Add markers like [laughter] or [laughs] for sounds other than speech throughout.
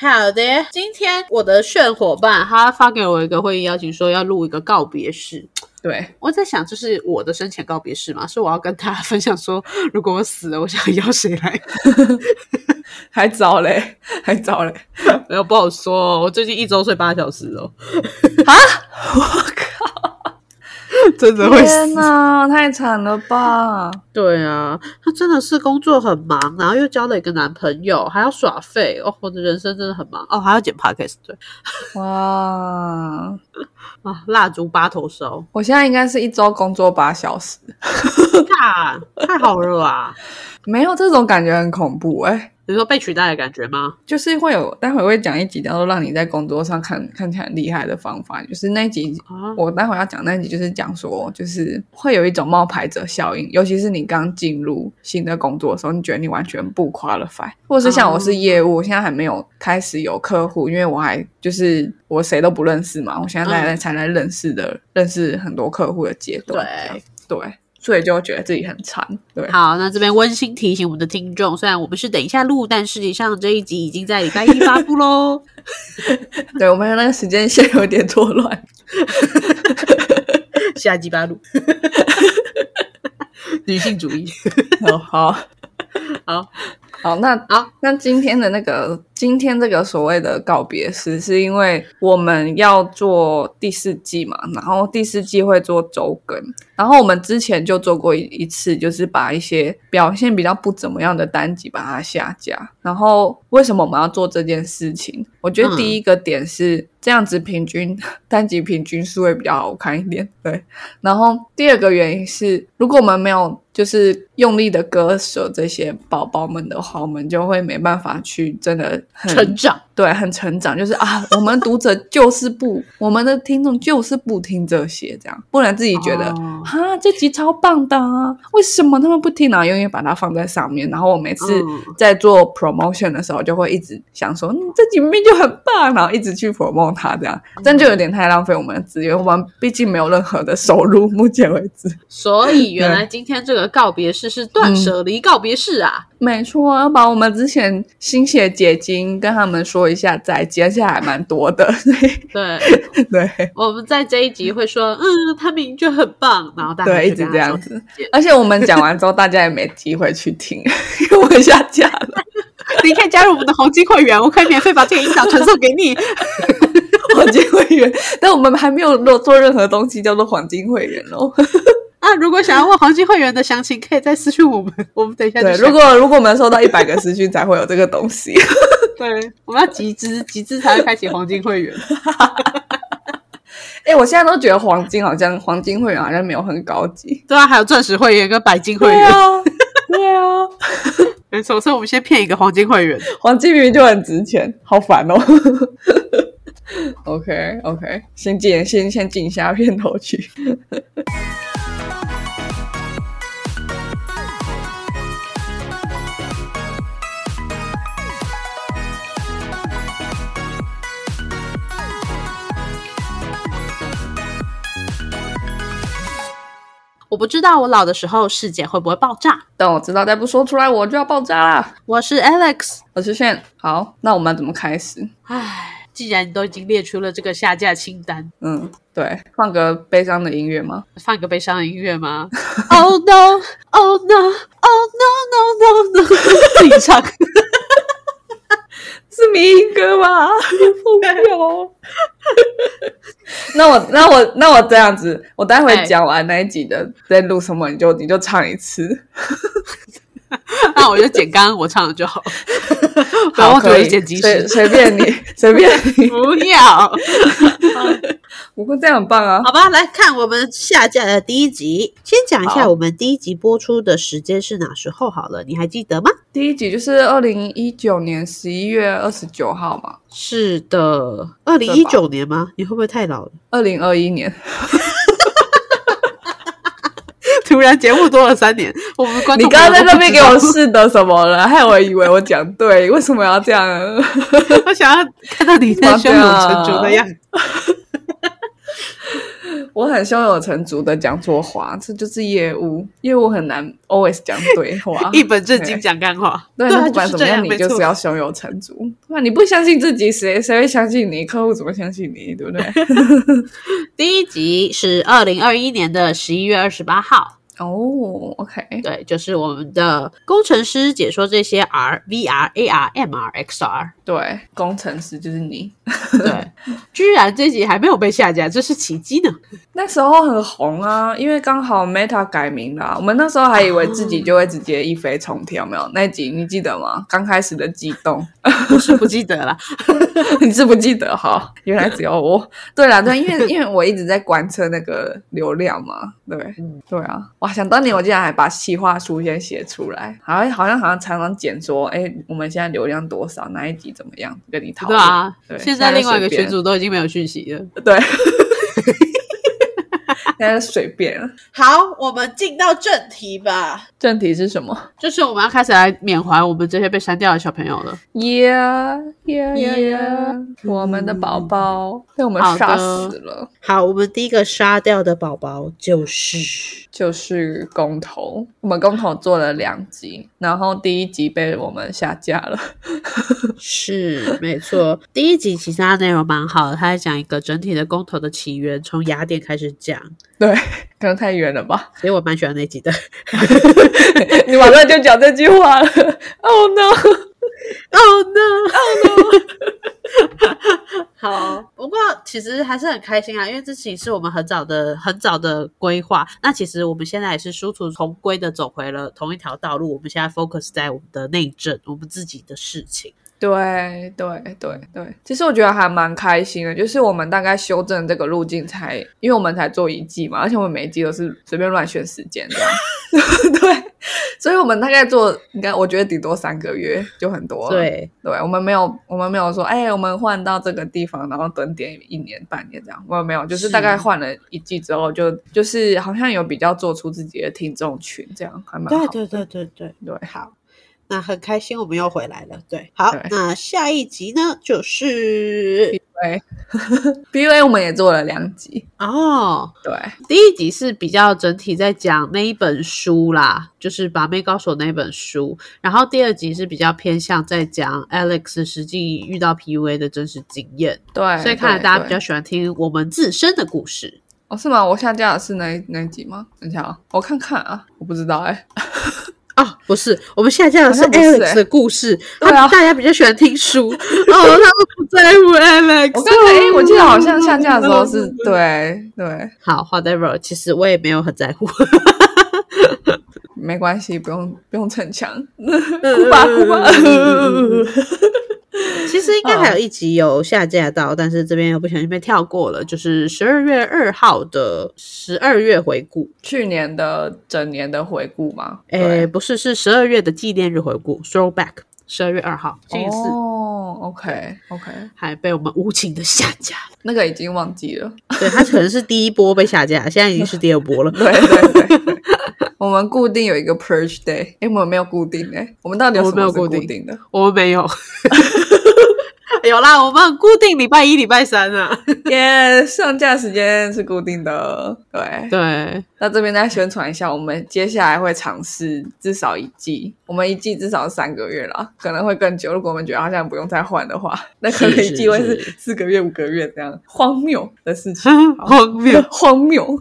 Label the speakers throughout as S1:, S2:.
S1: 好的，今天我的炫伙伴他发给我一个会议邀请，说要录一个告别式。
S2: 对，
S1: 我在想，这是我的生前告别式嘛？是我要跟他分享说，如果我死了，我想邀谁来？
S2: 还早嘞，还早嘞，
S1: 没有不好说、哦，我最近一周睡八小时哦，
S2: 我靠！
S1: 真的会
S2: 天
S1: 死。
S2: 哪，太惨了吧！
S1: 对啊，他真的是工作很忙，然后又交了一个男朋友，还要耍废哦，我的人生真的很忙哦，还要剪 podcast 对
S2: 哇，
S1: 啊，蜡烛八头烧， [laughs]
S2: 我现在应该是一周工作八小时，
S1: 看太好了啊！
S2: 没有这种感觉很恐怖哎、
S1: 你说被取代的感觉吗？
S2: 就是会有，待会会讲一集，叫做让你在工作上看看起来很厉害的方法。就是那一集，
S1: 啊，
S2: 我待会要讲那一集，就是讲说，就是会有一种冒牌者效应，尤其是你刚进入新的工作的时候，你觉得你完全不 qualify，或者是像我是业务，我现在还没有开始有客户，因为我还就是我谁都不认识嘛，我现在在、才在认识的，认识很多客户的阶
S1: 嗯
S2: 段，
S1: 对
S2: 这样对，所以就会觉得自己很惨，对。
S1: 好，那这边温馨提醒我们的听众，虽然我们是等一下录，但实际上这一集已经在礼拜一发布喽。
S2: 对，我们的那个时间线有点 [laughs] 错乱。
S1: [laughs] 下鸡巴 [laughs] 录，女性主义。
S2: 哦，好，
S1: 好，
S2: 好，那
S1: 好，
S2: 那今天的那个今天这个所谓的告别式，是因为我们要做第四季嘛，然后第四季会做周更，然后我们之前就做过一一次，就是把一些表现比较不怎么样的单集把它下架。然后为什么我们要做这件事情？我
S1: 嗯
S2: 觉得第一个点是、这样子平均单集平均数会比较好看一点，对。然后第二个原因是，如果我们没有就是用力的割舍这些宝宝们的话，我们就会没办法去真的很
S1: 成长，
S2: 对很成长，就是啊，我们读者就是不， [laughs] 我们的听众就是不听这些，这样不然自己觉得
S1: [laughs] 哦
S2: 哈、这集超棒的啊，为什么他们不听呢、啊？永远把它放在上面，然后我每次
S1: 嗯
S2: 在做 promotion 的时候，就会一直想说，嗯，这集明明就很棒，然后一直去 promote 它，这样，但就有点太浪费我们的资源，我们毕竟没有任何的收入，目前为止。
S1: 所以原来今天这个告别式是断舍离告别式 [laughs] 啊！
S2: 没错，要把我们之前心血结晶跟他们说一下再见，而且还蛮多的， [laughs] 所以
S1: 对，
S2: 对。
S1: 我们在这一集会说，嗯，他明明就很棒，然后大家
S2: 对，一
S1: 就
S2: 直
S1: 跟他
S2: 这样
S1: 说
S2: 子。而且我们讲完之后，大家也没机会去听，因为我下架了。
S1: 你可以加入我 [laughs] 们的黄金会员，我可以免费把这个音档传送给你。
S2: 黄金会员，但我们还没有做做任何东西叫做黄金会员哦。
S1: 啊，如果想要问黄金会员的详情，可以再私讯我们， [laughs] 我们等一下就
S2: 对，
S1: 想
S2: 如果如果我们收到一百个 [laughs] 私讯，才会有这个东西。
S1: 对，我们要集资，集资才会开启黄金会员。
S2: [laughs] 哎、我现在都觉得黄金好像黄金会员好像没有很高级。
S1: [laughs] 对啊，还有钻石会员跟白金会
S2: 对
S1: 员，
S2: 啊，对啊，
S1: 没错，所以我们先骗一个黄金会员。
S2: [laughs] 黄金明明就很值钱，好烦 [laughs] 哦。OK OK，先进先先进一下片头曲。
S1: 我不知道我老的时候世界会不会爆炸。
S2: 但我知道再不说出来我就要爆炸啦。
S1: 我是 Alex，
S2: 我是炫。好，那我们怎么开始？
S1: 唉，既然你都已经列出了这个下架清单，
S2: 嗯，对，放个悲伤的音乐吗？
S1: 放一个悲伤的音乐 [laughs] 吗？Oh no! Oh no! Oh no! No no [laughs] no！自己唱。
S2: 是民歌 [laughs] 吧？不有。 [laughs] 那我那我那我这样子，我待会
S1: 哎
S2: 讲完那一集的再录什么，你就你就唱一次。
S1: 那我就剪刚刚我唱的就 [laughs] 好了。不要
S2: 好，
S1: 忘记我
S2: 可
S1: 是
S2: 以，
S1: 剪辑
S2: 随
S1: 师。
S2: 随便你，随便你。
S1: 不要，
S2: 不过这样很棒啊！
S1: [laughs] 好吧，来看我们下架的第一集。先讲一下
S2: 好
S1: 我们第一集播出的时间是哪时候好了，你还记得吗？
S2: 第一集就是二零一九年十一月二十九号嘛，
S1: 是的，二零一九年吗？你会不会太老了？
S2: 二零二一年。
S1: [laughs] 突然节目多了三年，我们观
S2: 你
S1: 众
S2: 刚刚在那边给我
S1: 朋友
S2: 是的什么了？害我以为我讲对，为什么要这样啊？
S1: 都 [laughs] 不知道，我想要看到你那胸有成竹的样子。。
S2: 我我很胸有成竹的讲错话，这就是业务，业务很难 always 讲对话
S1: 一本正经讲干话，
S2: 对，
S1: 啊，
S2: 那不管
S1: 是
S2: 怎
S1: 这
S2: 么样，
S1: 样，
S2: 你
S1: 没
S2: 就
S1: 错
S2: 是要胸有成竹。那你不相信自己，谁谁会相信你？客户怎么相信你？对不对？
S1: 第一集是二零二一年的十一月二十八号，
S2: 哦，OK、o k
S1: 对，就是我们的工程师解说这些 R、VR、AR、MR、XR。
S2: 对，工程师就是你。
S1: [laughs] 对，居然这集还没有被下架，这是奇迹呢！
S2: 那时候很红啊，因为刚好 Meta 改名了啊、我们那时候还以为自己就会直接一飞冲天，有没有？那一集你记得吗？刚开始的激动，
S1: 我是不记得了，
S2: [laughs] 你记不记得？哈，原来只有我。对啦，对，因为因为我一直在观测那个流量嘛，对
S1: 嗯，
S2: 对啊。哇，想当年我竟然还把企划书先写出来，好像好像好像常常检说，哎，我们现在流量多少，哪一集怎么样，跟你讨
S1: [laughs] 对
S2: 论。
S1: 啊
S2: 对，
S1: 现在另外一个
S2: 现
S1: 群
S2: 在就随便
S1: 组都已经没有讯息了。
S2: 对， [laughs] 现在就随便了。
S1: 好，我们进到正题吧，
S2: 正题是什么？
S1: 就是我们要开始来缅怀我们这些被删掉的小朋友了。
S2: 耶啊耶耶耶
S1: Yeah！！
S2: 我们的宝宝被我们
S1: 啊嗯好的
S2: 杀死了，
S1: 好，我们第一个杀掉的宝宝就是
S2: 就是公投。我们公投做了两集，然后第一集被我们下架了。
S1: [laughs] 是没错，第一集其实它内容蛮好的，它在讲一个整体的公投的起源，从雅典开始讲，
S2: 对，可能太远了吧？
S1: 所以我蛮喜欢那集的。
S2: 你马上就讲这句话了。Oh no！ [laughs]
S1: Oh no! Oh no! [laughs] 好，不过其实还是很开心啊，因为这其实是我们很早的、很早的规划。那其实我们现在也是殊途同归的走回了同一条道路。我们现在 focus 在我们的内政，我们自己的事情。
S2: 对对对对，其实我觉得还蛮开心的，就是我们大概修正这个路径才，因为我们才做一季嘛，而且我们每一季都是随便乱选时间这样， [laughs] 对，所以我们大概做应该我觉得顶多三个月就很多了，
S1: 对，
S2: 对，我们没有我们没有说，哎，我们换到这个地方，然后等点一年半年这样，我们没有，就是
S1: 是
S2: 大概换了一季之后就，就是好像有比较做出自己的听众群，这样还蛮好
S1: 对
S2: 的，
S1: 对对对对，
S2: 对
S1: 好。那很开心，我们又回来了。对，好
S2: 对，
S1: 那下一集呢，就是
S2: ，BUA 我们也做了两集，
S1: 哦，
S2: 对，
S1: 第一集是比较整体在讲那一本书啦，就是《把妹高手》那一本书。然后第二集是比较偏向在讲 Alex 实际遇到 PUA 的真实经验，
S2: 对，
S1: 所以看来
S2: 对
S1: 大家
S2: 对
S1: 比较喜欢听我们自身的故事。
S2: 哦，是吗？我下架的是哪一哪一集吗？等一下啊，我看看啊，我不知道哎、
S1: 啊，不是，我们现在讲的是
S2: [laughs] 好像不是
S1: Alex 的故事，
S2: 对啊
S1: 他大家比较喜欢听
S2: [laughs]
S1: 书哦，他们不在乎 Alex。
S2: 我刚才、哎，我记得好像下架的时候哦是对对，
S1: 好，whatever，其实我也没有很在乎，
S2: 没关系，不用不用逞强， [laughs] 哭吧哭
S1: [laughs]
S2: 吧。
S1: 其实应该还有一集有下架到，但是这边又不小心被跳过了，就是十二月二号的十二月回顾。
S2: 去年的整年的回顾嘛，
S1: 诶，不是，是十二月的纪念日回顾，throwback，十二月二号，这
S2: 对，
S1: 一次
S2: 哦，OK OK，
S1: 还被我们无情的下 [laughs] 架。
S2: 那个已经忘记
S1: [laughs]
S2: 了，
S1: 对，它可能是第一波被下架，现在已经是第二波了。
S2: 对对对对。 [laughs] 我们固定有一个 purge day，哎、我们没有固定哎、我们到底有
S1: 我
S2: 什
S1: 们没
S2: 么
S1: 有
S2: 是固
S1: 固定
S2: 定的？
S1: [laughs] 我们没有， [laughs] 有啦，我们很固定礼拜一、礼拜三啊。
S2: 耶上架时间是固定的，对。
S1: [laughs] 对，
S2: 那这边再宣传一下，我们接下来会尝试至少一季，我们一季至少三个月啦，可能会更久。如果我们觉得好像不用再换的话，那可能
S1: 是
S2: 一季会是
S1: 是
S2: 四个月、五个月这样，荒谬的事情。
S1: 荒
S2: [laughs]
S1: 谬。
S2: 荒谬。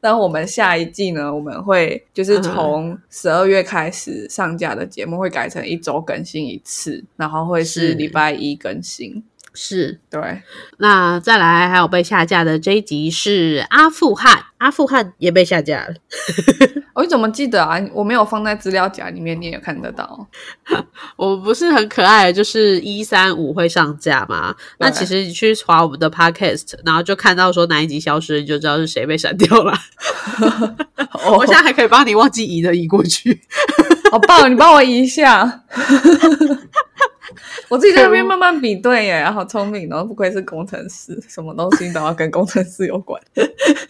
S2: 那我们下一季呢，我们会就是从十二月开始上架的节目会改成一周更新一次，然后会是
S1: 是
S2: 礼拜一更新。
S1: 是，
S2: 对，
S1: 那再来还有被下架的这一集是阿富汗，阿富汗也被下架了。
S2: 我、怎么记得啊？我没有放在资料夹里面，你也看得到。
S1: 我们不是很可爱，就是一三五会上架嘛。
S2: 对
S1: 那其实你去划我们的 podcast，然后就看到说哪一集消失，你就知道是谁被删掉了。
S2: 哦
S1: 我现在还可以帮你忘记移的移过去。
S2: 好哦棒，你帮我移一下。我自己在那边慢慢比对耶，好聪明哦！不愧是工程师，什么东西都要跟工程师有关。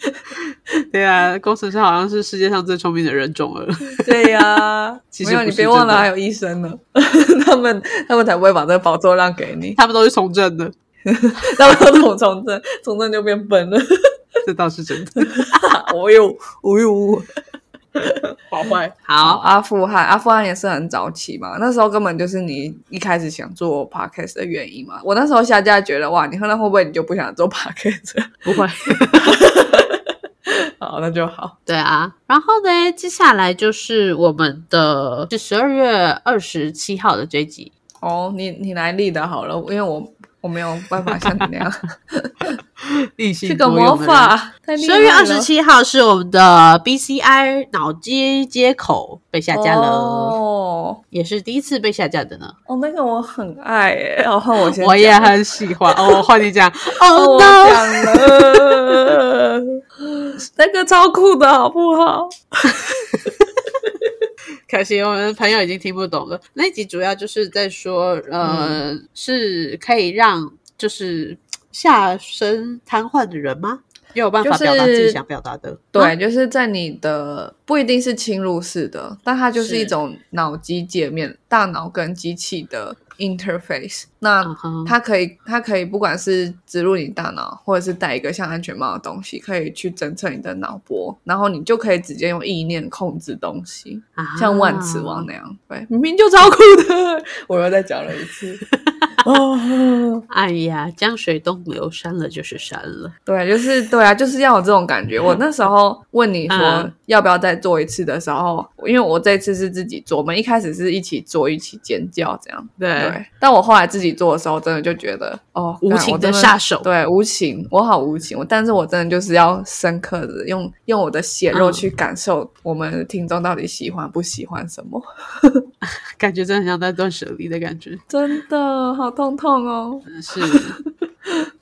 S1: [laughs] 对啊，工程师好像是世界上最聪明的人种 [laughs] 了。
S2: [laughs] 对呀、
S1: 其
S2: 没
S1: 实
S2: 有
S1: 不
S2: 你
S1: 是
S2: 别
S1: 真
S2: 忘了
S1: 的
S2: 还有医生呢， [laughs] 他们他们才不会把这个宝座让给你， [laughs]
S1: 他们都是从政的。
S2: 他们都从从政，从政就变笨了。
S1: 这倒是真 [laughs] 的。
S2: [laughs] 哦呦，哦呦，
S1: 好坏
S2: 好，
S1: 好，
S2: 阿富汗，阿富汗也是很早期嘛，那时候根本就是你一开始想做 podcast 的原因嘛。我那时候下架觉得哇，你喝了会不会你就不想做 [laughs] podcast？了
S1: 不会。
S2: 好，那就好。
S1: 对啊，然后呢，接下来就是我们的是十二月二十七号的这一 [laughs] 集。
S2: 哦，你你来立的好了，因为我我没有办法像你那 [laughs] 样
S1: 例行
S2: 这个魔法。太厉
S1: 十
S2: 害
S1: 二
S2: 了哦
S1: 月二十，七号是我们的 BCI 脑机接口被下架了，
S2: 哦
S1: 也是第一次被下架的呢。
S2: 哦，那个我很爱耶，然后我先
S1: 我也
S2: 讲
S1: 很喜欢哦，我换你
S2: [laughs]
S1: 讲
S2: 哦，
S1: 哦
S2: 我
S1: no，
S2: 讲了，那个超酷的好不好？
S1: 可惜我们朋友已经听不懂了。那一集主要就是在说，呃，
S2: 嗯
S1: 是可以让就是下身瘫痪的人吗？也有办法
S2: 就是
S1: 表达自己想表达的，
S2: 对，就是在你的不一定是侵入式的，但它就是
S1: 是
S2: 一种脑机界面，大脑跟机器的 interface。那
S1: 嗯哼
S2: 它可以，它可以不管是植入你大脑，或者是戴一个像安全帽的东西，可以去侦测你的脑波，然后你就可以直接用意念控制东西，
S1: 啊
S2: 像万磁王那样。对，明明就超酷的，我又再讲了一次。哦，
S1: 哎呀，江水东流，删了就是删了。
S2: 对，就是对啊，就是要有这种感觉。我那时候问你说
S1: 嗯
S2: 要不要再做一次的时候，因为我这次是自己做，我们一开始是一起做，一起尖叫这样。
S1: 对
S2: 对，但我后来自己做的时候，真的就觉得哦，
S1: 嗯无
S2: 干
S1: 情
S2: 我
S1: 的
S2: 真
S1: 杀手
S2: 对，无情，我好无情。我但是我真的就是要深刻的用用我的血肉
S1: 嗯
S2: 去感受我们听众到底喜欢不喜欢什么，
S1: 感觉真的很像在断舍离的感觉。
S2: 真的好痛痛哦。
S1: 是。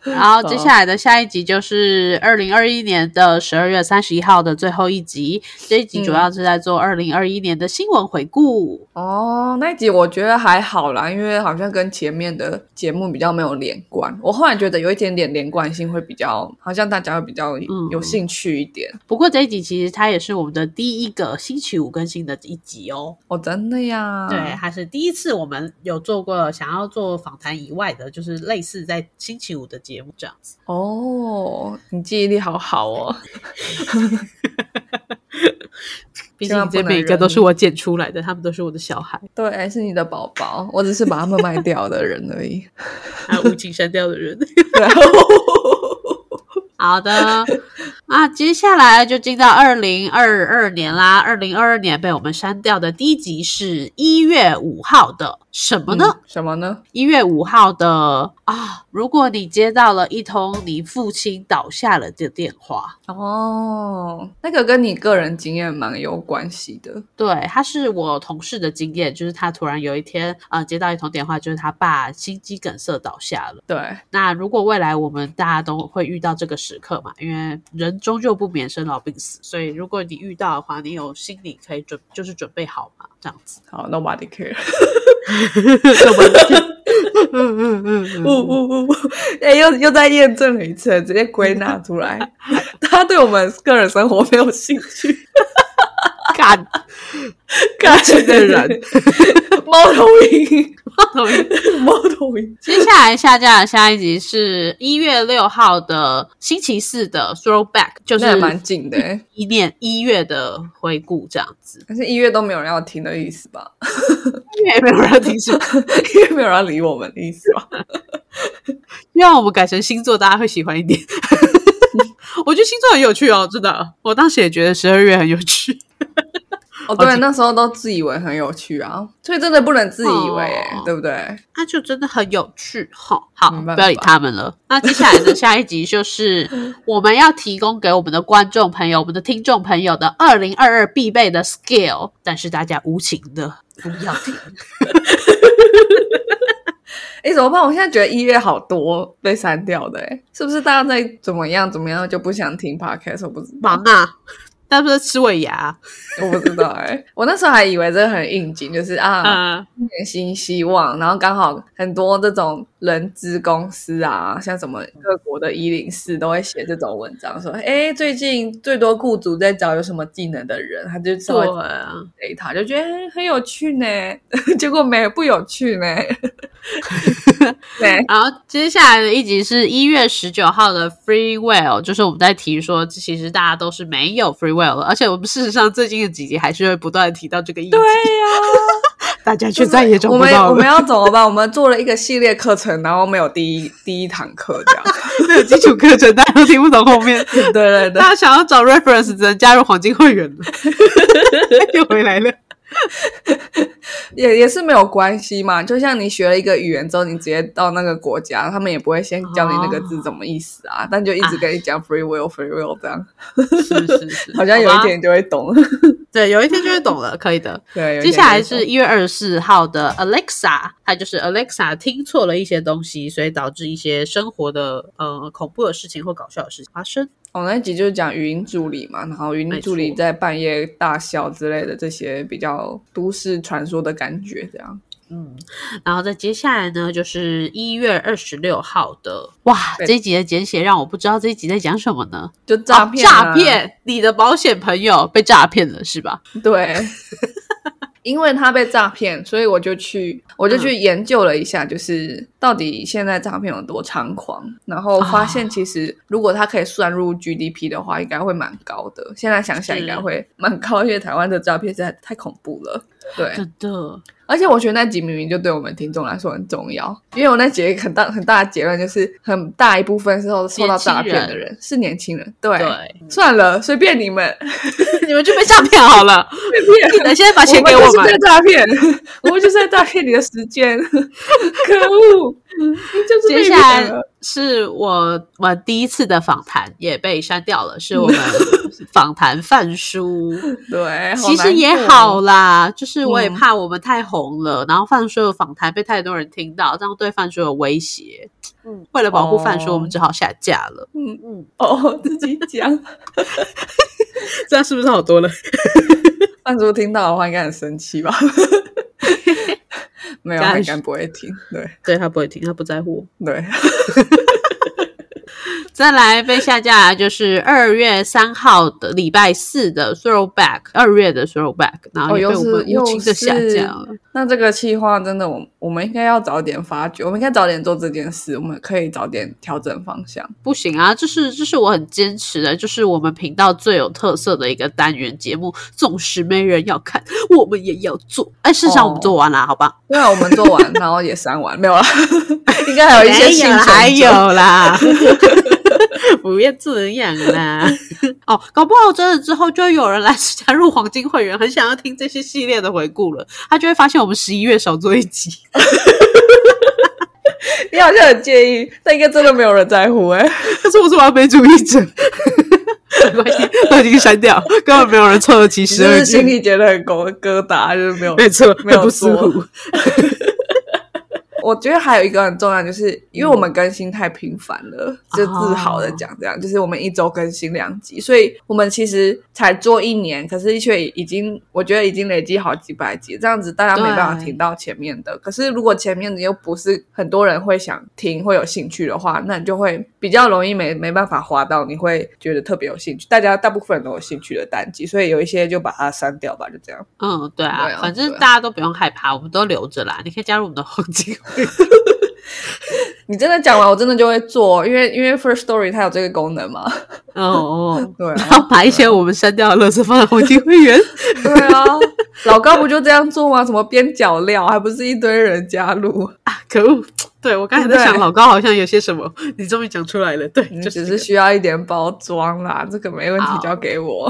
S1: 然后接下来的下一集就是二零二一年的十二月三十一号的最后一集，这一集
S2: 嗯
S1: 主要是在做二零二一年的新闻回顾。
S2: 哦，那一集我觉得还好啦，因为好像跟前面的节目比较没有连贯。我后来觉得有一点点连贯性会比较，好像大家会比较
S1: 嗯
S2: 有兴趣一点。
S1: 不过这一集其实它也是我们的第一个星期五更新的一集哦。
S2: 哦，真的呀，
S1: 对，啊还是第一次我们有做过想要做访谈以外的，就是类似在星期五的节目这样子。
S2: 哦，你记忆力好好哦。
S1: 毕
S2: 千万
S1: 竟
S2: 不
S1: 这
S2: 能
S1: 每个
S2: 忍
S1: 都是我剪出来的，他们都是我的小孩，
S2: 对，是你的宝宝，我只是把他们卖掉的人而已。 [laughs]
S1: 还有无情删掉的人。
S2: 对，
S1: 好的， [laughs] 那接下来就进到二零二二年啦。二零二二年被我们删掉的第一集是一月五号的什么呢？
S2: 嗯什么呢？
S1: 一、月五号的啊，如果你接到了一通你父亲倒下了的电话，
S2: 哦，那个跟你个人经验蛮有关系的。
S1: 对，他是我同事的经验，就是他突然有一天呃接到一通电话，就是他爸心肌梗塞倒下了。
S2: 对，
S1: 那如果未来我们大家都会遇到这个时刻嘛，因为人终究不免生老病死，所以如果你遇到的话，你有心理可以准，就是准备好嘛，这样 [laughs] 子。
S2: 好，Nobody care。
S1: 嗯嗯 [laughs] 嗯
S2: 不不不不， [laughs] 哎、又又再验证了一次，直接归纳出来， [laughs] 他对我们个人生活没有兴 [laughs] 趣，
S1: 干
S2: 感
S1: 觉的人，
S2: [laughs] 猫头鹰，
S1: 同意。
S2: 猫头 [laughs] 鹰，
S1: 接下来下架的下一集是一月六号的星期四的 Throwback，就是
S2: 那也蛮近的、 [laughs] 欸，
S1: 一年一月的回顾这样 [laughs] 子。
S2: 但是一月都没有人要听的意思吧？ [laughs]
S1: 因为没有人听说，
S2: 一月没有人要理我们的意思吧？
S1: 因为我们改成星座，大家会喜欢一点。 [laughs] 我觉得星座很有趣哦，真的。我当时也觉得十二月很有趣。
S2: 哦，对，那时候都自以为很有趣啊，所以真的不能自以为、欸，
S1: 哦
S2: 对不对？
S1: 那就真的很有趣哈。好，
S2: 没办法
S1: 不要理他们了。那接下来的下一集就是我们要提供给我们的观众朋友、我们的听众朋友的二零二二必备的 skill，但是大家无情的不要听。
S2: 哎，怎么办？我现在觉得一月好多被删掉的、欸，是不是大家在怎么样怎么样就不想听 podcast？我不知道。
S1: 忙啊， [laughs] 那不是吃尾牙
S2: [laughs] 我不知道哎、我那时候还以为这很应景，就是啊，
S1: 啊？
S2: 新年新希望，然后刚好很多这种人资公司啊，像什么各国的一零四都会写这种文章，说，哎、最近最多雇主在找有什么技能的人，他就稍微
S1: 对啊，
S2: [laughs] 给他，就觉得、哎很有趣呢，结果没不有趣呢，
S1: [laughs]
S2: 对，
S1: 然后接下来的一集是一月十九号的 Free Will，就是我们在提说，其实大家都是没有 Free Will 的，而且我们事实上最近的几集还是会不断地提到这个议题，
S2: 呀、
S1: 大家却再也找
S2: 我
S1: 不
S2: 们
S1: 到
S2: 我们
S1: 了。
S2: 要怎么办？我们做了一个系列课程，然后没有第一第一堂课这样。
S1: 没有基础课程，大家都听不懂后面。
S2: 对对对
S1: [laughs] 大，家想要找 reference，只能加入黄金会员 [laughs] 了。又回来了，
S2: 也也是没有关系嘛。就像你学了一个语言之后，你直接到那个国家，他们也不会先教你那个
S1: 哦
S2: 字怎么意思啊，但就一直跟你讲 free will free will 这样，
S1: 是是是，
S2: 好像有一
S1: 吧
S2: 点就会懂。
S1: 对，有一天就会懂了，可以的。
S2: [laughs] 对，有一
S1: 接
S2: 点
S1: 下来
S2: 就会
S1: 是一月二十四号的 Alexa，它就是 Alexa 听错了一些东西，所以导致一些生活的呃恐怖的事情或搞笑的事情发生。
S2: 懂。哦，那一集就是讲语音助理嘛，然后语音助
S1: 没
S2: 理
S1: 错
S2: 在半夜大笑之类的这些比较都市传说的感觉，这样。
S1: 嗯，然后再接下来呢，就是一月二十六号的，哇，
S2: 对
S1: 这一集的简写让我不知道这一集在讲什么呢？
S2: 就诈骗、啊
S1: 哦诈，骗，你的保险朋友被诈骗了是吧？
S2: 对。因为他被诈骗，所以我就去，我就去研究了一下，就是到底现在诈骗有多猖狂。然后发现，其实如果他可以算入 GDP 的话，应该会蛮高的。现在想想，
S1: 是
S2: 应该会蛮高，因为台湾的诈骗实在太恐怖了。对，
S1: 真的，
S2: 而且我觉得那集明明就对我们听众来说很重要，因为我那集有一个很大很大的结论就是，很大一部分受受到诈骗的人是年轻人。对，
S1: 对， [laughs]
S2: 算了，随便你们，
S1: 你们就被诈骗好 [laughs] 了，
S2: 随
S1: 你
S2: 便。
S1: 们现在把钱给
S2: 我
S1: 我
S2: 就是在
S1: 们。
S2: 诈骗，我们就是在诈骗你的时
S1: [laughs]
S2: 间，可恶！你就是被
S1: 接下
S2: 骗
S1: 来
S2: 了
S1: 是我我第一次的访谈也被删掉了，是我 [laughs] 们访谈范叔。
S2: 对，好
S1: 其实也
S2: 难过
S1: 好，啦，就是我也
S2: 嗯
S1: 怕我们太红了，然后范叔的访谈被太多人听到，这样对范叔有威胁。嗯，为了保护范叔，
S2: 哦
S1: 我们只好下架了。
S2: 嗯
S1: 嗯，
S2: 哦，自己讲，
S1: 这样是不是好多了？
S2: 范叔听到的话应该很生气
S1: [laughs]
S2: 吧？没有，他应该不会听，对
S1: 对他不会听，他不在乎。
S2: 对。
S1: 再来被下架的就是二月三号的礼拜四的 Throwback，二月的 Throwback，然后
S2: 哦
S1: 也被
S2: 又
S1: 我
S2: 是
S1: 们无情的下架了。
S2: 那这个计划真的，我我们应该要早点发觉，我们应该早点做这件事，我们可以早点调整方向。
S1: 不行啊，这是这是我很坚持的，就是我们频道最有特色的一个单元节目，纵使没人要看，我们也要做。哎，事实上我
S2: 哦
S1: 们做完了，好吧？
S2: 对啊，我们做完，然后也删完，没
S1: [laughs]
S2: 有了，啊应该还有一些幸
S1: 没有
S2: 存者
S1: 还有啦，
S2: [laughs]
S1: 不要这样啦。哦，搞不好真的之后就会有人来加入黄金会员，很想要听这些系列的回顾了，他就会发现我们十一月少做一集。
S2: 你好像很介意，但应该真的没有人在乎哎、
S1: 可是我是完美主义者，没关系，都已经删掉，根本没有人凑得齐
S2: 你
S1: 十
S2: 是不
S1: 二
S2: 是
S1: 集
S2: 心。里觉得很疙疙瘩，就是没有。
S1: 没错，
S2: 没有
S1: 很不舒
S2: 做
S1: 服。
S2: 我觉得还有一个很重要，就是因为我们更新太频繁了，
S1: 啊
S2: 就自豪的讲这样，就是我们一周更新两集，所以我们其实才做一年，可是却已经我觉得已经累积好几百集，这样子大家没办法
S1: 对
S2: 听到前面的。可是如果前面的又不是很多人会想听、会有兴趣的话，那你就会比较容易没没办法滑到，你会觉得特别有兴趣。大家大部分人都有兴趣的单集，所以有一些就把它删掉吧，就这样。
S1: 嗯，对啊，
S2: 对啊
S1: 反正
S2: 对啊
S1: 大家都不用害怕，我们都留着啦。你可以加入我们的黄金会员， [laughs]
S2: 你真的讲完，我真的就会做，因为因为 First Story 它有这个功能嘛。
S1: 哦哦，
S2: 对啊
S1: [laughs] 然后把一些我们删掉的垃圾放在黄金会员。 [laughs]
S2: 对啊，老高不就这样做吗？什么边角料，还不是一堆人加入？
S1: 可恶！对嗯我刚才
S2: 对不
S1: 在
S2: 对
S1: 想，老高好像有些什么，你终于讲出来了。对，
S2: 你
S1: 就
S2: 只
S1: 这
S2: 是
S1: 个
S2: 需要一点包装啦，这个没问题，
S1: 好
S2: 交给我。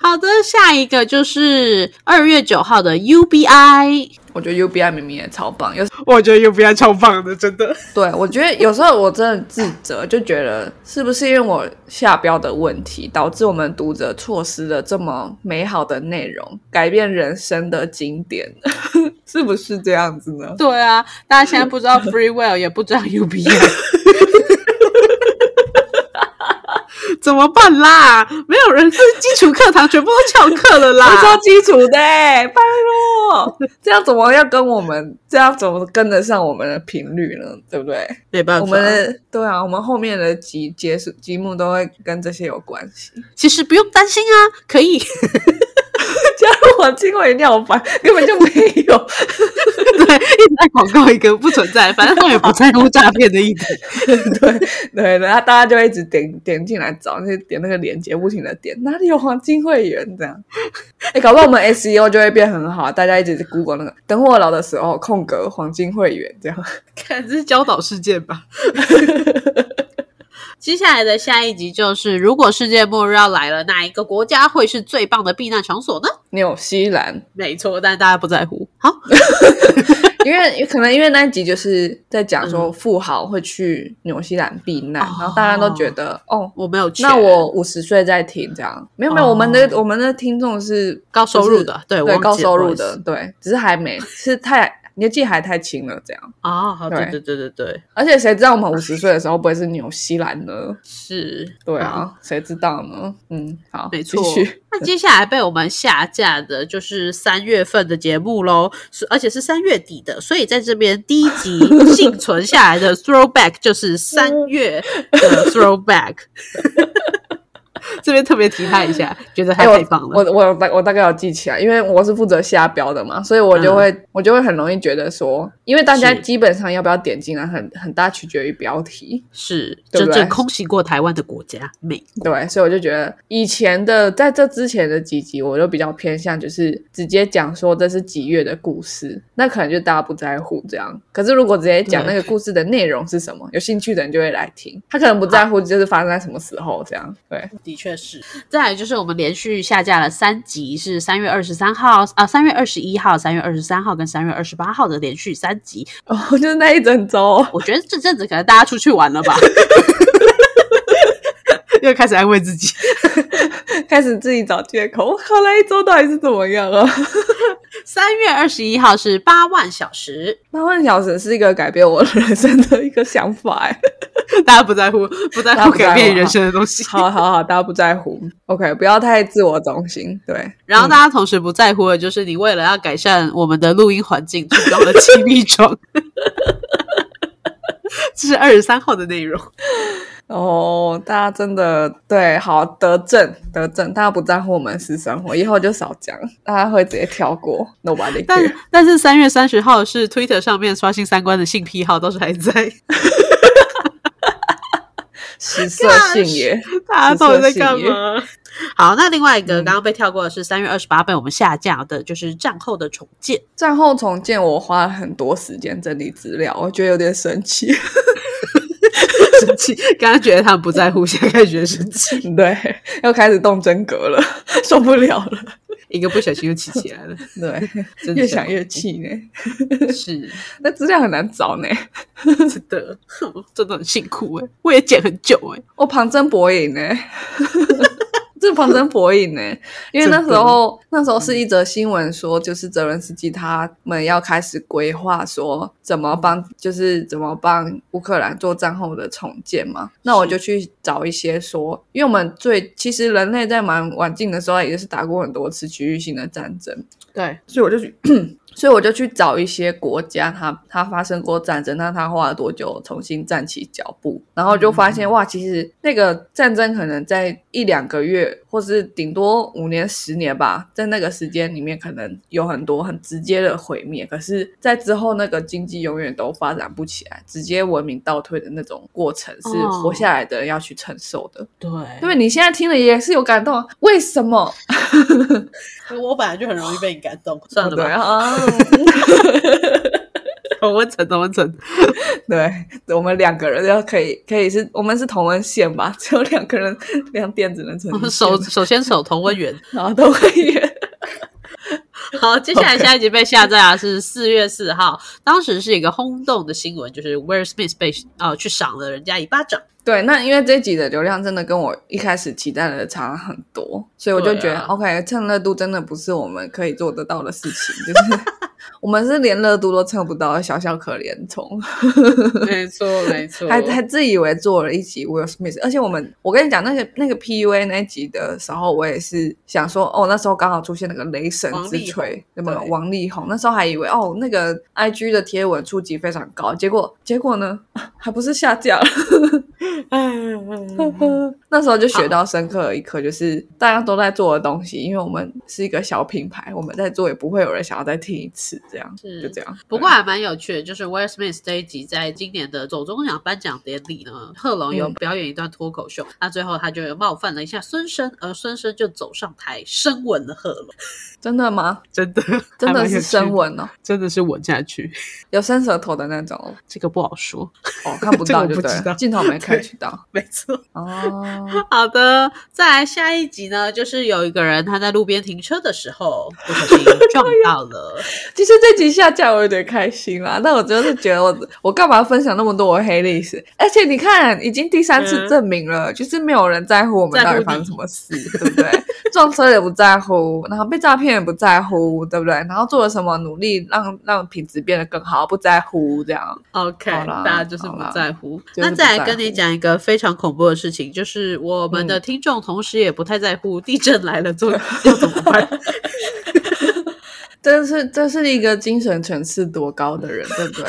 S1: 好的。下一个就是二月九号的 UBI，
S2: 我觉得 UBI 明明也超棒，有
S1: 我觉得 UBI 超棒的，真的。
S2: 对我觉得有时候我真的自责，就觉得是不是因为我下标的问题，导致我们读者错失了这么美好的内容，改变人生的经典， [laughs] 是不是这样子呢？
S1: 对啊，大家现在不知道 Free Will，也不知道 UBI，怎么办啦？没有人是基础课堂全部都翘课了
S2: 我超
S1: 啦。
S2: 基础的、欸，拜托，这样怎么要跟我们，这样怎么跟得上我们的频率呢？对不对？
S1: 没办
S2: 我
S1: 法，
S2: 们的对啊，我们后面的集结束节目都会跟这些有关系。
S1: 其实不用担心啊，可以。
S2: [laughs] 加入我今晚一定要烦，根本就没有。
S1: [laughs] 对，一直在广告一个不存 [laughs] 在，反正他们也不在乎诈骗的议题。
S2: [laughs] 对对，然后大家就会一直点点进来找，那点那个链接，不停的点哪里有黄金会员这 [laughs] 样。哎，搞不好我们 SEO 就会变很好，大家一直 Google 那个，等我老的时候空格黄金会员这样。 [laughs]
S1: 看，这是教导事件 [laughs] 吧？接下来的下一集就是，如果世界末日要来了，哪一个国家会是最棒的避难场所呢？
S2: 纽西兰，
S1: 没错，但大家不在乎。好，
S2: 因为可能因为那一集就是在讲
S1: 嗯
S2: 说富豪会去纽西兰避难，
S1: 哦
S2: 然后大家都觉得哦。
S1: 我没有钱，
S2: 那我五十岁再听这样，没有没有，
S1: 哦
S2: 我们的我们的听众是
S1: 高收入的，对，我
S2: 对
S1: 忘记了
S2: 高收入
S1: 不好意
S2: 的
S1: 思，
S2: 对，只是还没是太年纪还太轻了这样，
S1: 哦，好，对
S2: 对
S1: 对对对对，
S2: 而且谁知道我们五十岁的时候不会是纽西兰呢？
S1: 是，
S2: 对啊，谁知道呢？嗯，好，
S1: 嗯没错
S2: 继续。
S1: 那接下来被我们下架的就是三月份的节目喽，是而且是三月底的，所以在这边第一
S2: [laughs]
S1: 集幸存下来的 throwback 就是
S2: 嗯
S1: 三月的 throwback。这边特别提他一下，觉得他
S2: 哎我
S1: 太棒了。
S2: 我我我大我大概有记起来，因为我是负责下标的嘛，所以我就会、我就会很容易觉得说，因为大家
S1: 嗯是
S2: 基本上要不要点进来很很大取决于标题，
S1: 是
S2: 对不
S1: 真
S2: 对
S1: 正空袭过台湾的国家，美
S2: 对，所以我就觉得以前的在这之前的几集，我就比较偏向就是直接讲说这是几月的故事，那可能就大家不在乎这样。可是如果直接讲那
S1: 对
S2: 个故事的内容是什么，有兴趣的人就会来听，他可能不在乎就是发生在什么时候这样，对。 [laughs]
S1: 的确是。再来就是我们连续下架了三集，是三月二十三号啊，三月二十一号、三月二十三号跟三月二十八号的连续三集。
S2: 哦，就是那一整周，
S1: 我觉得这阵子可能大家出去玩了吧， [laughs] 又开始安慰自己。
S2: [laughs] 开始自己找借口。我靠，那一周到底是怎么样啊？
S1: 三月二十一号是八万小时，
S2: [laughs] 八万小时是一个改变我人生的一个想法、哎。
S1: [laughs] 大家不在乎，不在
S2: 大家
S1: 乎啊
S2: 不在乎
S1: 改变人生的东西。
S2: [laughs] 好好好，大家不在乎，OK，不要太自我中心。对，
S1: [laughs] 然后大家同时不在乎的就是，你为了要改善我们的录音环境，去装了气密窗。 [laughs] 这是二十三号的内容。
S2: 哦，大家真的对，好得正得正，大家不在乎我们私生活，以后就少讲，大家会直接跳过
S1: [laughs]
S2: ，nobody [laughs]
S1: 但
S2: care。
S1: 但是三月三十号是 Twitter 上面刷新三观的性癖好倒是还 [laughs] 在，
S2: 食色性也，
S1: 大家到底在干
S2: 是色
S1: 嘛？好，那另外一个
S2: 嗯
S1: 刚刚被跳过的是三月二十八被我们下架的，就是战后的重建。
S2: 战后重建，我花了很多时间整理资料，我觉得有点生气。 [laughs]
S1: 生气，刚刚觉得他们不在乎，现在开始觉得生 [laughs] 气，
S2: 对，又开始动真格了，受不了了。
S1: 一个不小心又起起来了，
S2: 对，
S1: 真的
S2: 越想越气呢。
S1: 是
S2: 那资料很难找呢。
S1: 真的，哼真的很辛苦哎、我也剪很久哎、
S2: 哦，旁征博引呢、 [laughs] 这是旁征博引呢、因为那时候那时候是一则新闻说，就是泽伦斯基他们要开始规划说怎么帮，就是怎么帮乌克兰做战后的重建嘛。那我就去找一些说，因为我们最其实人类在蛮晚近的时候，也是打过很多次区域性的战争，
S1: 对，
S2: 所以我就去，所以我就去找一些国家，它它发生过战争，那它花了多久重新站起脚步？然后就发现、哇，其实那个战争可能在一两个月，或是顶多五年、十年吧，在那个时间里面，可能有很多很直接的毁灭。可是，在之后那个经济永远都发展不起来，直接文明倒退的那种过程，是
S1: 哦
S2: 活下来的人要去承受的。
S1: 对，
S2: 因为你现在听了也是有感动啊，为什么？
S1: 因为我本来就很容易被你感动，算了
S2: 对
S1: [laughs] 吧，
S2: 啊。 [laughs]
S1: 同温层，同温层，
S2: [laughs] 对，我们两个人要可以可以是我们是同温线吧，只有两个人两点只能成
S1: 我们
S2: 一
S1: 手
S2: 线
S1: 手牵手，同 [laughs] 温圆。
S2: 然后都会远。
S1: 好，接下来下一集被下架的是四月四号，当时是一个轰动的新闻，就是 Will Smith 被呃去赏了人家一巴掌。
S2: [laughs] 对，那因为这一集的流量真的跟我一开始期待的差很多，所以我就觉
S1: 对
S2: 得、
S1: 啊
S2: OK，蹭热度真的不是我们可以做得到的事情，就是 [laughs] 我们是连热度都蹭不到的小小可怜虫。
S1: 没错，没错
S2: 还还自以为做了一集 Will Smith，而且我们我跟你讲，那个那个 PUA 那一集的时候，我也是想说，哦，那时候刚好出现那个雷神之锤，那
S1: 宏
S2: 么
S1: 对
S2: 王力宏，那时候还以为哦，那个 IG 的贴文触及非常高，结果结果呢， [laughs] 还不是下架了。
S1: 嗯
S2: [laughs] 那时候就学到深刻的一课，就是大家都在做的东西，因为我们是一个小品牌，我们在做也不会有人想要再听一次，这样
S1: 是
S2: 就这样。
S1: 不过还蛮有趣的，就是 Will Smith 这一集在今年的走中奖颁奖典礼呢，贺龙有
S2: 嗯
S1: 表演一段脱口秀，那最后他就有冒犯了一下孙生，而孙生就走上台深吻了贺龙，
S2: 对真的吗？
S1: 真的
S2: 真的是深，吻哦，
S1: 真的是吻下去，
S2: 有伸舌头的那种哦
S1: 这个不好说，
S2: 哦，看不到
S1: 这个我
S2: 就
S1: 不
S2: 对
S1: 知道
S2: 了，镜头没开取到
S1: 没错。
S2: 哦。
S1: 好的，再来下一集呢，就是有一个人他在路边停车的时候不小心撞到了，
S2: [laughs] 其实这集下架我有点开心啦，但我真的是觉得我我干嘛分享那么多我的黑历史？而且你看，已经第三次
S1: 嗯
S2: 证明了，就是没有人在乎我们
S1: 在乎
S2: 到底
S1: 你
S2: 发生什么事，对不对？撞车也不在乎，然后被诈骗也不在乎，对不对？然后做了什么努力让让品质变得更好，不在乎这样。
S1: OK，
S2: [laughs] 好啦
S1: 大家就是
S2: 好
S1: 不
S2: 啦
S1: 在乎。
S2: 就是
S1: 那
S2: 不
S1: 再来
S2: 在
S1: 跟你
S2: 乎
S1: 讲一个非常恐怖的事情，就是我们的听众同时也不太在乎地震来了之后要怎么办。
S2: 这是这是一个精神层次多高的人，对不 [laughs] 对？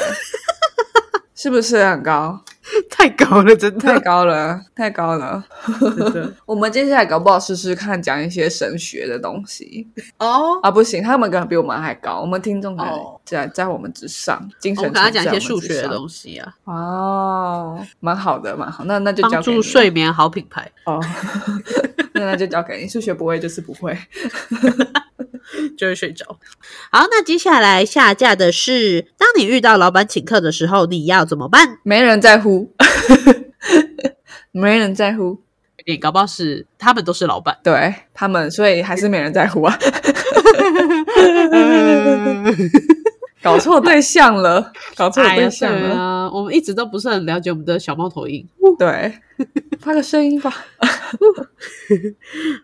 S2: 是不是很高？
S1: 太高了，真
S2: [laughs]
S1: [laughs]
S2: 太高了，太高了。
S1: 真的
S2: 我们接下来搞不好试试看讲一些神学的东西
S1: 哦。
S2: 啊！不行，他们可能比我们还高，我们听众可能
S1: 哦
S2: 在、在我们之上，精
S1: 我
S2: 神
S1: 们跟他
S2: 层
S1: 讲
S2: 次
S1: 一
S2: 在
S1: 些
S2: 我们
S1: 数
S2: 之
S1: 学的
S2: 上
S1: 东西啊，
S2: 哦，蛮好的，蛮好。那那就交
S1: 帮
S2: 给
S1: 助
S2: 你
S1: 睡眠好品牌。
S2: 哦， [laughs] 那那就交给你，数学不会就是不会。 [laughs]
S1: 就会睡着。好，那接下来下架的是，当你遇到老板请客的时候，你要怎么办？
S2: 没人在乎， [laughs] 没人在乎，
S1: 你搞不好是他们都是老
S2: [laughs]
S1: 板。
S2: 对他们，所以还是没人在乎啊！搞错对象了，搞错
S1: 哎呀
S2: 对象
S1: 对
S2: 了，
S1: 啊，我们一直都不是很了解我们的小猫头鹰。啊
S2: 对，发个声音吧。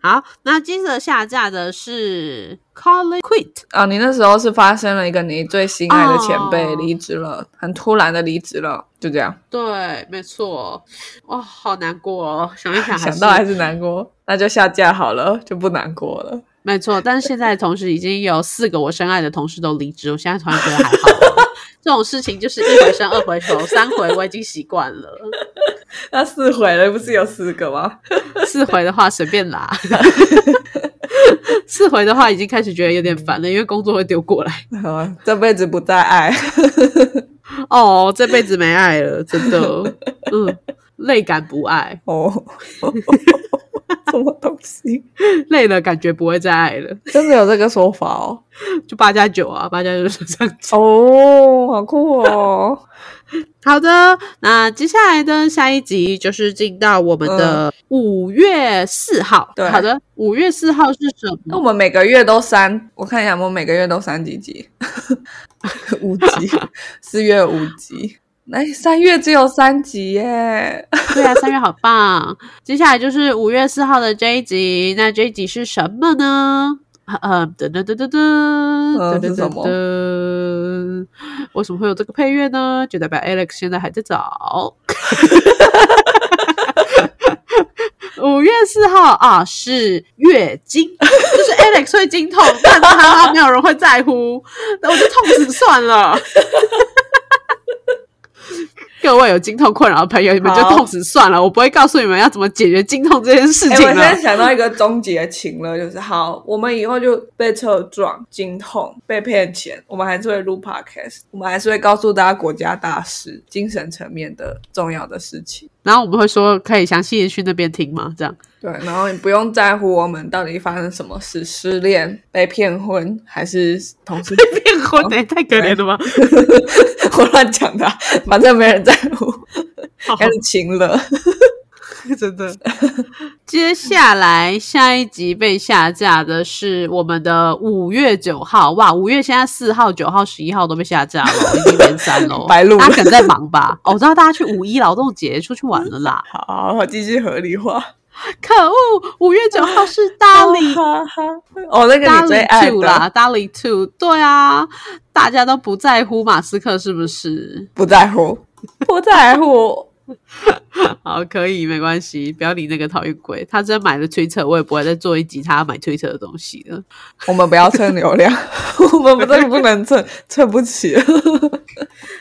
S1: 好，那接着下架的是 Call It Quit。
S2: 啊，你那时候是发生了一个你最心爱的前辈
S1: 哦
S2: 离职了，很突然的离职了，就这样，
S1: 对，没错。哇、好难过哦，想一想还
S2: 想
S1: 是
S2: 到还是难过，那就下架好了，就不难过了。
S1: 没错。但是现在同时已经有四个我深爱的同事都离职，我现在突然觉得还好。哦 [laughs] 这种事情就是一回生二回熟，三回我已经习惯了，
S2: 那四回了，不是有四个吗？
S1: [laughs] 四回的话随便啦。 [laughs] 四回的话已经开始觉得有点烦了，因为工作会丢过来。
S2: 啊，这辈子不再爱， [laughs]
S1: 哦，这辈子没爱了，真的，嗯，累感不爱。
S2: 哦， [laughs] 什么东西？
S1: 累了，感觉不会再爱了，
S2: 真的有这个说法
S1: [laughs]
S2: 哦？
S1: 就八加九啊，八加九就是这样子。
S2: 哦，好酷哦！
S1: [laughs] 好的，那接下来的下一集就是进到我们的五月四号。
S2: 对
S1: 好的，五月四号是什
S2: 那我
S1: 么？
S2: 们每个月都删，我看一下，我们每个月都删几集？五集，四月五集。哎，三月只有三集耶！
S1: [laughs] 对啊，三月好棒。接下来就是五月四号的这一集，那这一集是什么呢？呃，噔噔噔噔噔噔
S2: 嗯是
S1: 噔
S2: 什
S1: 噔
S2: 么
S1: 噔，为什么会有这个配乐呢？就代表 Alex 现在还在找。 [laughs] 五月四号啊，是月经，就是 Alex 会经痛，但他没有人会在乎，那我就痛死算了。各位有经痛困扰的朋友，你们就
S2: 好
S1: 痛死算了，我不会告诉你们要怎么解决经痛这件事
S2: 哎、
S1: 情
S2: 我现
S1: 了
S2: 在。想到一个终结情了，就是好，我们以后就被车撞、经痛、被骗钱，我们还是会录 podcast，我们还是会告诉大家国家大事、精神层面的重要的事情。
S1: 然后我们会说，可以详细的去那边听吗？这样
S2: 对，然后你不用在乎我们到底发生什么事，失恋、被骗婚，还是同事
S1: 变婚 [laughs] 哎、太可怜了吧！
S2: [laughs] 我乱讲的啊、反正没人在乎，
S1: 好
S2: 开始晴了。
S1: 真的。接下来下一集被下架的是我们的五月九号，哇，五月现在四号、九号、十一号都被下架了，已经连三 [laughs] 喽，
S2: 白录
S1: 大家可能在忙吧？哦我知道大家去五一劳动节出去玩了啦。
S2: 好，继续合理化。
S1: 可恶，五月九号是大理
S2: 哈哈，哦，那个你最
S1: ，Darling
S2: 爱
S1: Two
S2: 的
S1: 啦，，Darling Two，对啊，大家都不在乎马斯克是不是？
S2: 不在乎，不在乎。
S1: 好，可以，没关系，不要理那个讨厌鬼。他真买了 Twitter，我也不会再做一集他买 Twitter 的东西了。
S2: 我们不要蹭流
S1: [laughs]
S2: 量，我们不这不能蹭，蹭不起。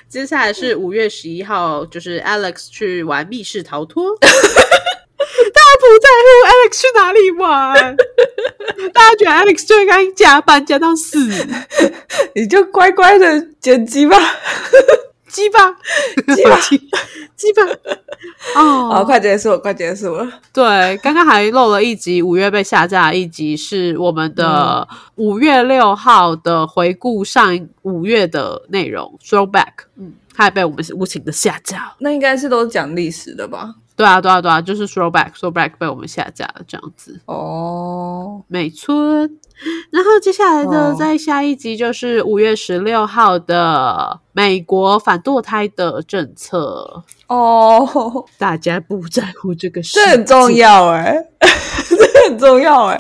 S1: 接下来是五月十一号，就是 Alex 去玩密室逃 [laughs] 脱。大家不在乎 Alex 去哪里玩，大家觉得 Alex 就应该加班加到死，
S2: 你就乖乖的剪辑吧。
S1: 鸡巴，[laughs]
S2: 鸡巴
S1: 鸡鸡
S2: [laughs]
S1: 巴。哦，
S2: 好，快结束了，快结束了。
S1: 对，刚刚还漏了一集，五月被下架的一集是我们的
S2: 嗯
S1: 五月六号的回顾上一五月的内容，throwback，嗯，它也被我们无情的下架。
S2: 那应该是都讲历史的吧？
S1: 对啊，对啊，对啊，就是 throwback，throwback 被我们下架了这样子。
S2: 哦，
S1: 美村，然后接下来的
S2: 哦
S1: 在下一集就是五月十六号的美国反堕胎的政策，
S2: 哦，
S1: 大家不在乎这个事，
S2: 这很重，要哎、 [laughs] 这很重要哎、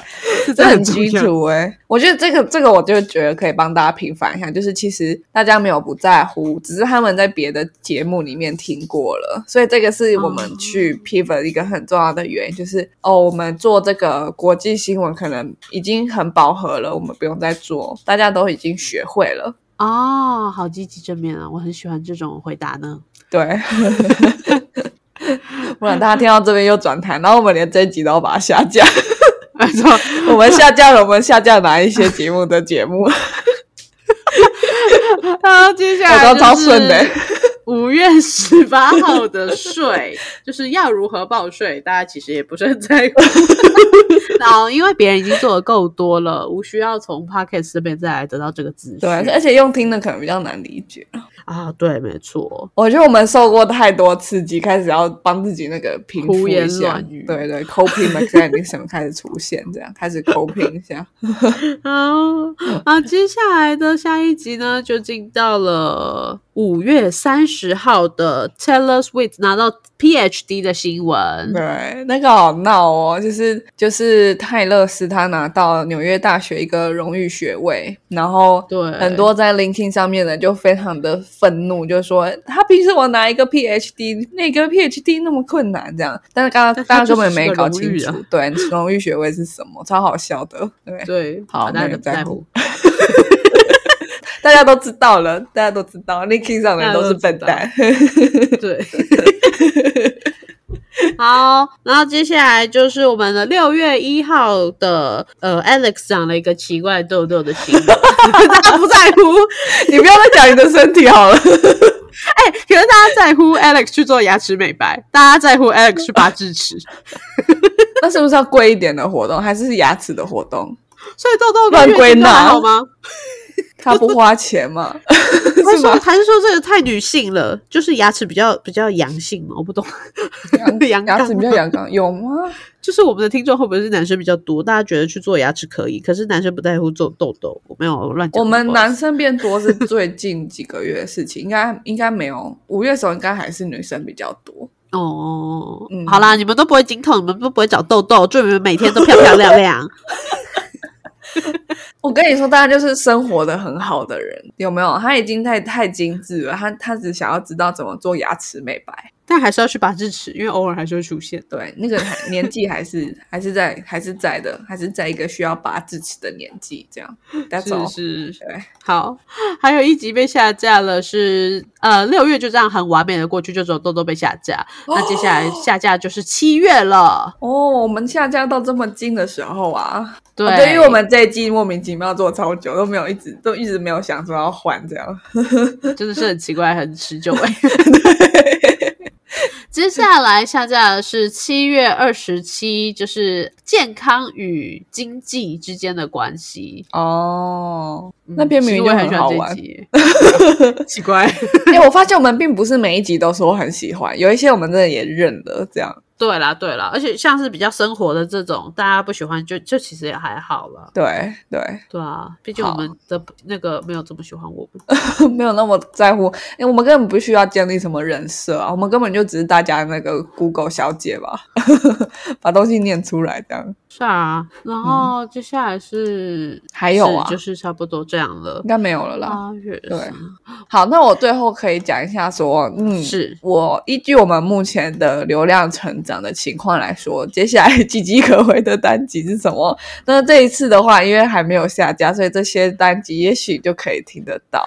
S2: 这很基
S1: 重要
S2: 础哎、我觉得这个这个我就觉得可以帮大家平反一下，就是其实大家没有不在乎，只是他们在别的节目里面听过了，所以这个是我们
S1: 哦
S2: 去 pivot 一个很重要的原因，就是哦，我们做这个国际新闻可能已经很饱和了，我们不用再做，大家都已经学会了。
S1: 哦，好积极正面啊！我很喜欢这种回答呢。
S2: 对， [laughs] 不然大家听到这边又转台，然后我们连这一集都要把它下架。
S1: 没错，
S2: 我们下架了，我们下架哪一些节目的节目？
S1: 然后接下来
S2: 我刚超顺的
S1: 五月十八号的税， [laughs] 就是要如何报税，大家其实也不是很在
S2: [laughs]
S1: 乎。哦，因为别人已经做的够多了，无需要从 Pocket 这边再来得到这个资讯。
S2: [laughs] 对，而且用听的可能比较难理解。
S1: 啊，对，没错。
S2: 我觉得我们受过太多刺激，开始要帮自己那个平复
S1: 胡言
S2: 一下
S1: 乱语。
S2: 对对，coping mechanism 开始出现，这样开始 coping 一下。
S1: 好，啊，接下来的下一集呢，就进到了五月三十号的 Taylor Swift 拿到 PhD 的新闻。
S2: 对，那个好闹哦，就是就是泰勒斯他拿到纽约大学一个荣誉学位，然后
S1: 对
S2: 很多在 LinkedIn 上面的人就非常的愤怒，就说他凭什么拿一个 PhD，那个 PhD 那么困难这样，但是刚刚
S1: 但
S2: 大
S1: 他
S2: 家
S1: 就
S2: 根
S1: 只是
S2: 本
S1: 个
S2: 没搞清楚
S1: 荣誉，
S2: 对，荣誉学位是什么，超好笑的，对，
S1: 对，
S2: 好
S1: 大家
S2: 没
S1: 也
S2: 人
S1: 不
S2: 在
S1: 在
S2: 乎
S1: 乎。
S2: 大家都知道了，大家都知道 LinkedIn 上的人都是笨蛋， [laughs]
S1: 对。 [laughs] 好，然后接下来就是我们的六月一号的，呃，Alex 长了一个奇怪痘痘的新闻，大家不在乎，
S2: 你不要再讲你的身体好
S1: [laughs]
S2: 了，
S1: 哎、可是大家在乎 Alex 去做牙齿美白，大家在乎 Alex 去拔智齿，
S2: [laughs] 那是不是要贵一点的活动，还是是牙齿的活动？
S1: 所以痘痘
S2: 乱
S1: 跟月
S2: 归
S1: 经都还
S2: 纳
S1: 好吗？
S2: 他不花钱嘛？
S1: [laughs] 还是
S2: 是
S1: 说
S2: 吗？
S1: 还是说这个太女性了，就是牙齿比较比较阳性嘛？我不懂， [laughs] 阳
S2: 牙齿
S1: 刚
S2: 比较阳刚，有吗？
S1: [laughs] 就是我们的听众会不会是男生比较多？大家觉得去做牙齿可以，可是男生不在乎做痘痘，我没有乱讲。
S2: 我们
S1: 不好意思
S2: 男生变多是最近几个月的事情，应该应该没有。五月的时候应该还是女生比较多。
S1: 哦，
S2: 嗯
S1: 好啦，你们都不会经痛，你们都不会长痘痘，祝你们每天都漂漂亮
S2: [laughs]
S1: 亮。
S2: 我跟你说，大家就是生活的很好的人，有没有？他已经太太精致了，他他只想要知道怎么做牙齿美白。
S1: 但还是要去拔智齿，因为偶尔还是会出
S2: [laughs]
S1: 现。
S2: 对，那个还年纪还是还是在还是在的，还是在一个需要拔智齿的年纪，
S1: [laughs]
S2: 这样。That's all。
S1: 是是
S2: 对，
S1: 好，还有一集被下架了是，呃六月就这样很完美的过去，就只有痘痘被下架。那接下来下架就是七月了，
S2: 哦，我们下架到这么近的时候啊，
S1: 对，
S2: 因为我们这一季莫名其妙做超久，都没有一直都一直没有想说要换这样。
S1: [laughs] 真的是很奇怪，很持
S2: [laughs]
S1: 久哎。接下来下架的是七月二十七，就是健康与经济之间的关系。
S2: [laughs] 哦，
S1: 嗯
S2: 那篇
S1: 其
S2: 明
S1: 实
S2: 明
S1: 我
S2: 就
S1: 也很喜
S2: 好
S1: 欢这
S2: 玩
S1: 一。集
S2: [laughs]
S1: 耶，奇怪。
S2: 哎因为我发现我们并不是每一集都说很喜欢，有一些我们真的也认了，这样
S1: [laughs] 对啦，对啦，而且像是比较生活的这种，大家不喜欢就就其实也还好啦。
S2: 对对， [laughs]
S1: 对啊，毕竟我们的那个没有这么喜欢我们。
S2: 没有那么在乎，因为我们根本不需要建立什么人设啊，我们根本就只是大家那个 Google 小姐吧， [laughs] 把东西念出来这样。
S1: 是啊，然后接下来是
S2: 还有啊
S1: 是就是差不多这样了啊
S2: 应。该没有了啦。
S1: 八月
S2: 对
S1: 三
S2: 好，那我最后可以讲一下说，嗯，
S1: 是
S2: 我依据我们目前的流量成长的情况来说，接下来岌岌可危的单集是什么？那这一次的话，因为还没有下架，所以这些单集也许就可以听得到。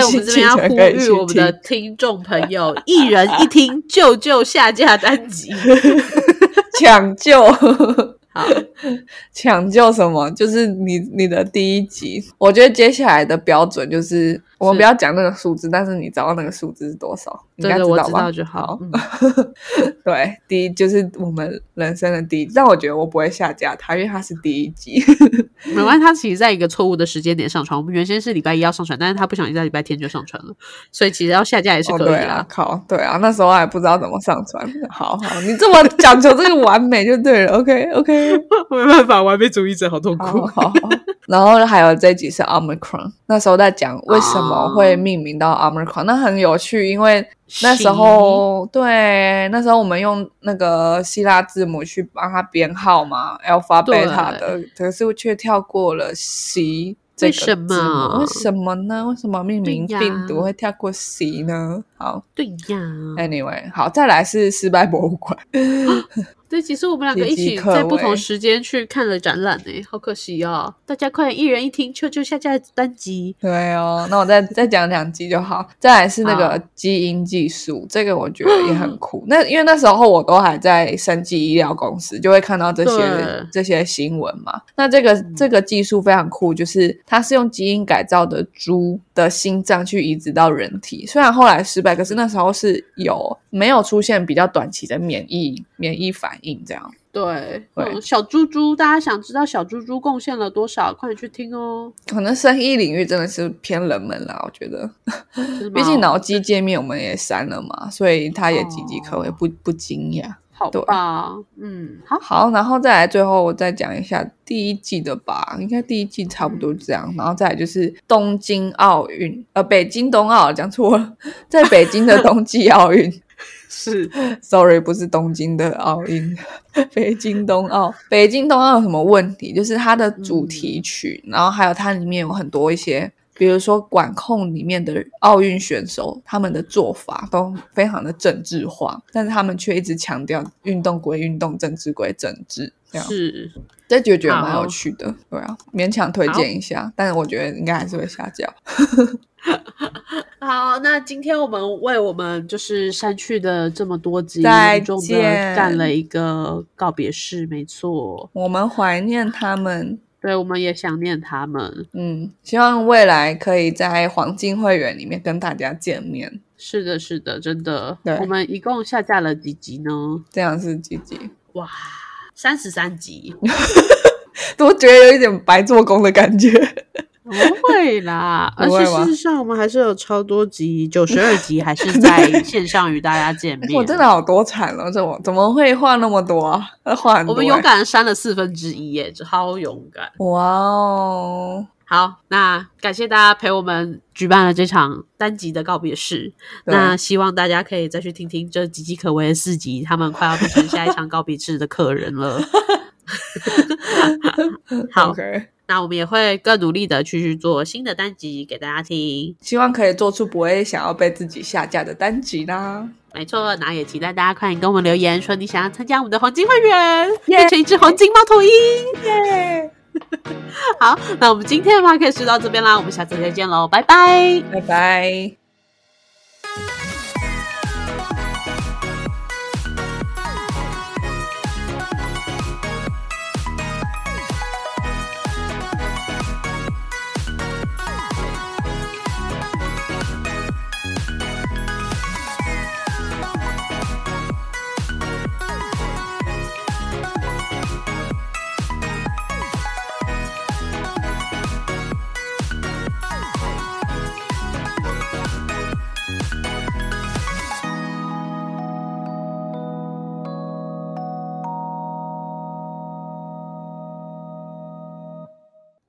S1: 所以我
S2: 兴
S1: 们这
S2: 趣
S1: 边要
S2: 的
S1: 呼
S2: 可以
S1: 吁
S2: 去
S1: 我们的
S2: 听。
S1: 听众朋友， [laughs] 一人一
S2: [laughs]
S1: 听，救救下架单集。
S2: 抢救。
S1: [laughs] 好，
S2: 抢救什么？就是你你的第一集，我觉得接下来的标准就是我
S1: 是
S2: 们不要讲那个数字，但是你知道那个数字是多少， [laughs] 你应
S1: 对
S2: 该
S1: 对，我
S2: 道
S1: 知道
S2: 吧？
S1: 就好。嗯
S2: 对，第一就是我们人生的第一集，但我觉得我不会下架它，因为它是第一集。
S1: 没关系，他其实在一个错误的时间点上传。我们原先是礼拜一要上传，但是他不小心在礼拜天就上传了，所以其实要下架也是
S2: 哦，
S1: 可以
S2: 对
S1: 啦
S2: [laughs] 啊。，靠，对啊，那时候还不知道怎么上传。好好，你这么讲求这个完美就对了。OK OK，
S1: 没办法，完美主义者好痛
S2: 好好好，哦 [laughs] 然后还有这集是 Omicron，那时候在讲为什么会命名到
S1: 哦
S2: Omicron，、那很有趣，因为那时候对，那时候我们用那个希腊字母去帮它编号嘛，alpha
S1: 对
S2: beta 的，可是却跳过了 C。这
S1: 为
S2: 个字
S1: 什么
S2: 母为什么呢？为什么命名
S1: 对呀
S2: 病毒会跳过 C 呢？好
S1: 对呀，
S2: ，Anyway，好，再来是失败博物馆，
S1: 对，其实我们两个
S2: 岌
S1: 一
S2: 岌
S1: 起
S2: 可
S1: 在不同
S2: 危
S1: 时间去看了展览呢，好可惜哦！大家快点一人一听，救救下架单集。
S2: 对哦，那我再再讲两集就好。再来是那
S1: 好嗯
S2: 个基因技术，这个我觉得也很酷。那因为那时候我都还在生技医疗公司，就会看到这
S1: 对嗯
S2: 些这些新闻嘛。那这个这个技术非常酷，就是它是用基因改造的猪的心脏去移植到人体。虽然后来失败，可是那时候是有没有出现比较短期的免疫免疫反应这样。
S1: 对，
S2: 对
S1: 嗯小猪猪，大家想知道小猪猪贡献了多少？快点去听哦。
S2: 可能生医领域真的是偏冷门啦，我觉得。
S1: 是
S2: 毕
S1: 吗
S2: 竟脑机界面我们也删了嘛，所以它也岌岌可危，
S1: 哦
S2: 不不惊讶。
S1: 好
S2: 对
S1: 吧，嗯，好，
S2: 好，然后再来最后我再讲一下第一季的吧，应该第一季差不
S1: 嗯
S2: 多这样，然后再来就是东京奥运，呃，北京冬奥讲错了，在北
S1: [laughs]
S2: 京的冬季奥运
S1: 是
S2: ，sorry，不是东京的奥运， [laughs] 北京冬奥，北京冬奥有什么问题？就是它的主题曲，然后还有它里面有很多一些。比如说，管控里面的奥运选手，他们的做法都非常的政治化，但是他们却一直强调运动归运动，政治归政治，这样
S1: 是，
S2: 这就觉得蛮
S1: 好
S2: 有趣的。对啊，勉强推荐一下，但是我觉得应该还是会下架。
S1: 好，那今天我们为我们就是删去的这么多集
S2: 再
S1: 隆重的
S2: 见
S1: 干了一个告别式，没错，
S2: 我们怀念他们，
S1: 对，我们也想念他们。
S2: 嗯，希望未来可以在黄金会员里面跟大家见面。
S1: 是的，是的，真的
S2: 对，
S1: 我们一共下架了几集呢？
S2: 这样是几集？
S1: 哇，三十三集，
S2: 都觉得有一点白做工的感觉。
S1: 不会
S2: [laughs]
S1: 啦。而
S2: 不
S1: 且
S2: 会吗
S1: 事实上，我们还是有超多集，九十二集还是在线上与大家见面。
S2: [laughs] 我真的好多产了，怎么怎么会画那么多啊？画很多、
S1: 我们勇。敢地删了四分之一耶，超勇敢。
S2: 哇哦，
S1: 好，那感谢大家陪我们举办了这场单集的告别式。
S2: 对
S1: 那希望大家可以再去听听这岌岌可危的四集，他们快要变成下一场告别式的客人
S2: [laughs]
S1: 了。好
S2: o，k
S1: 那我们也会更努力的去做新的单集给大家听。
S2: 希望可以做出不会想要被自己下架的单集啦。
S1: 没错，那也期待大家快点跟我们留言，说你想要参加我们的黄金会员，
S2: [laughs] 耶
S1: 变成一只黄金猫头鹰。
S2: 耶，
S1: 好，那我们今天的 podcast 就到这边啦，我们下次再见喽，拜拜。
S2: 拜拜。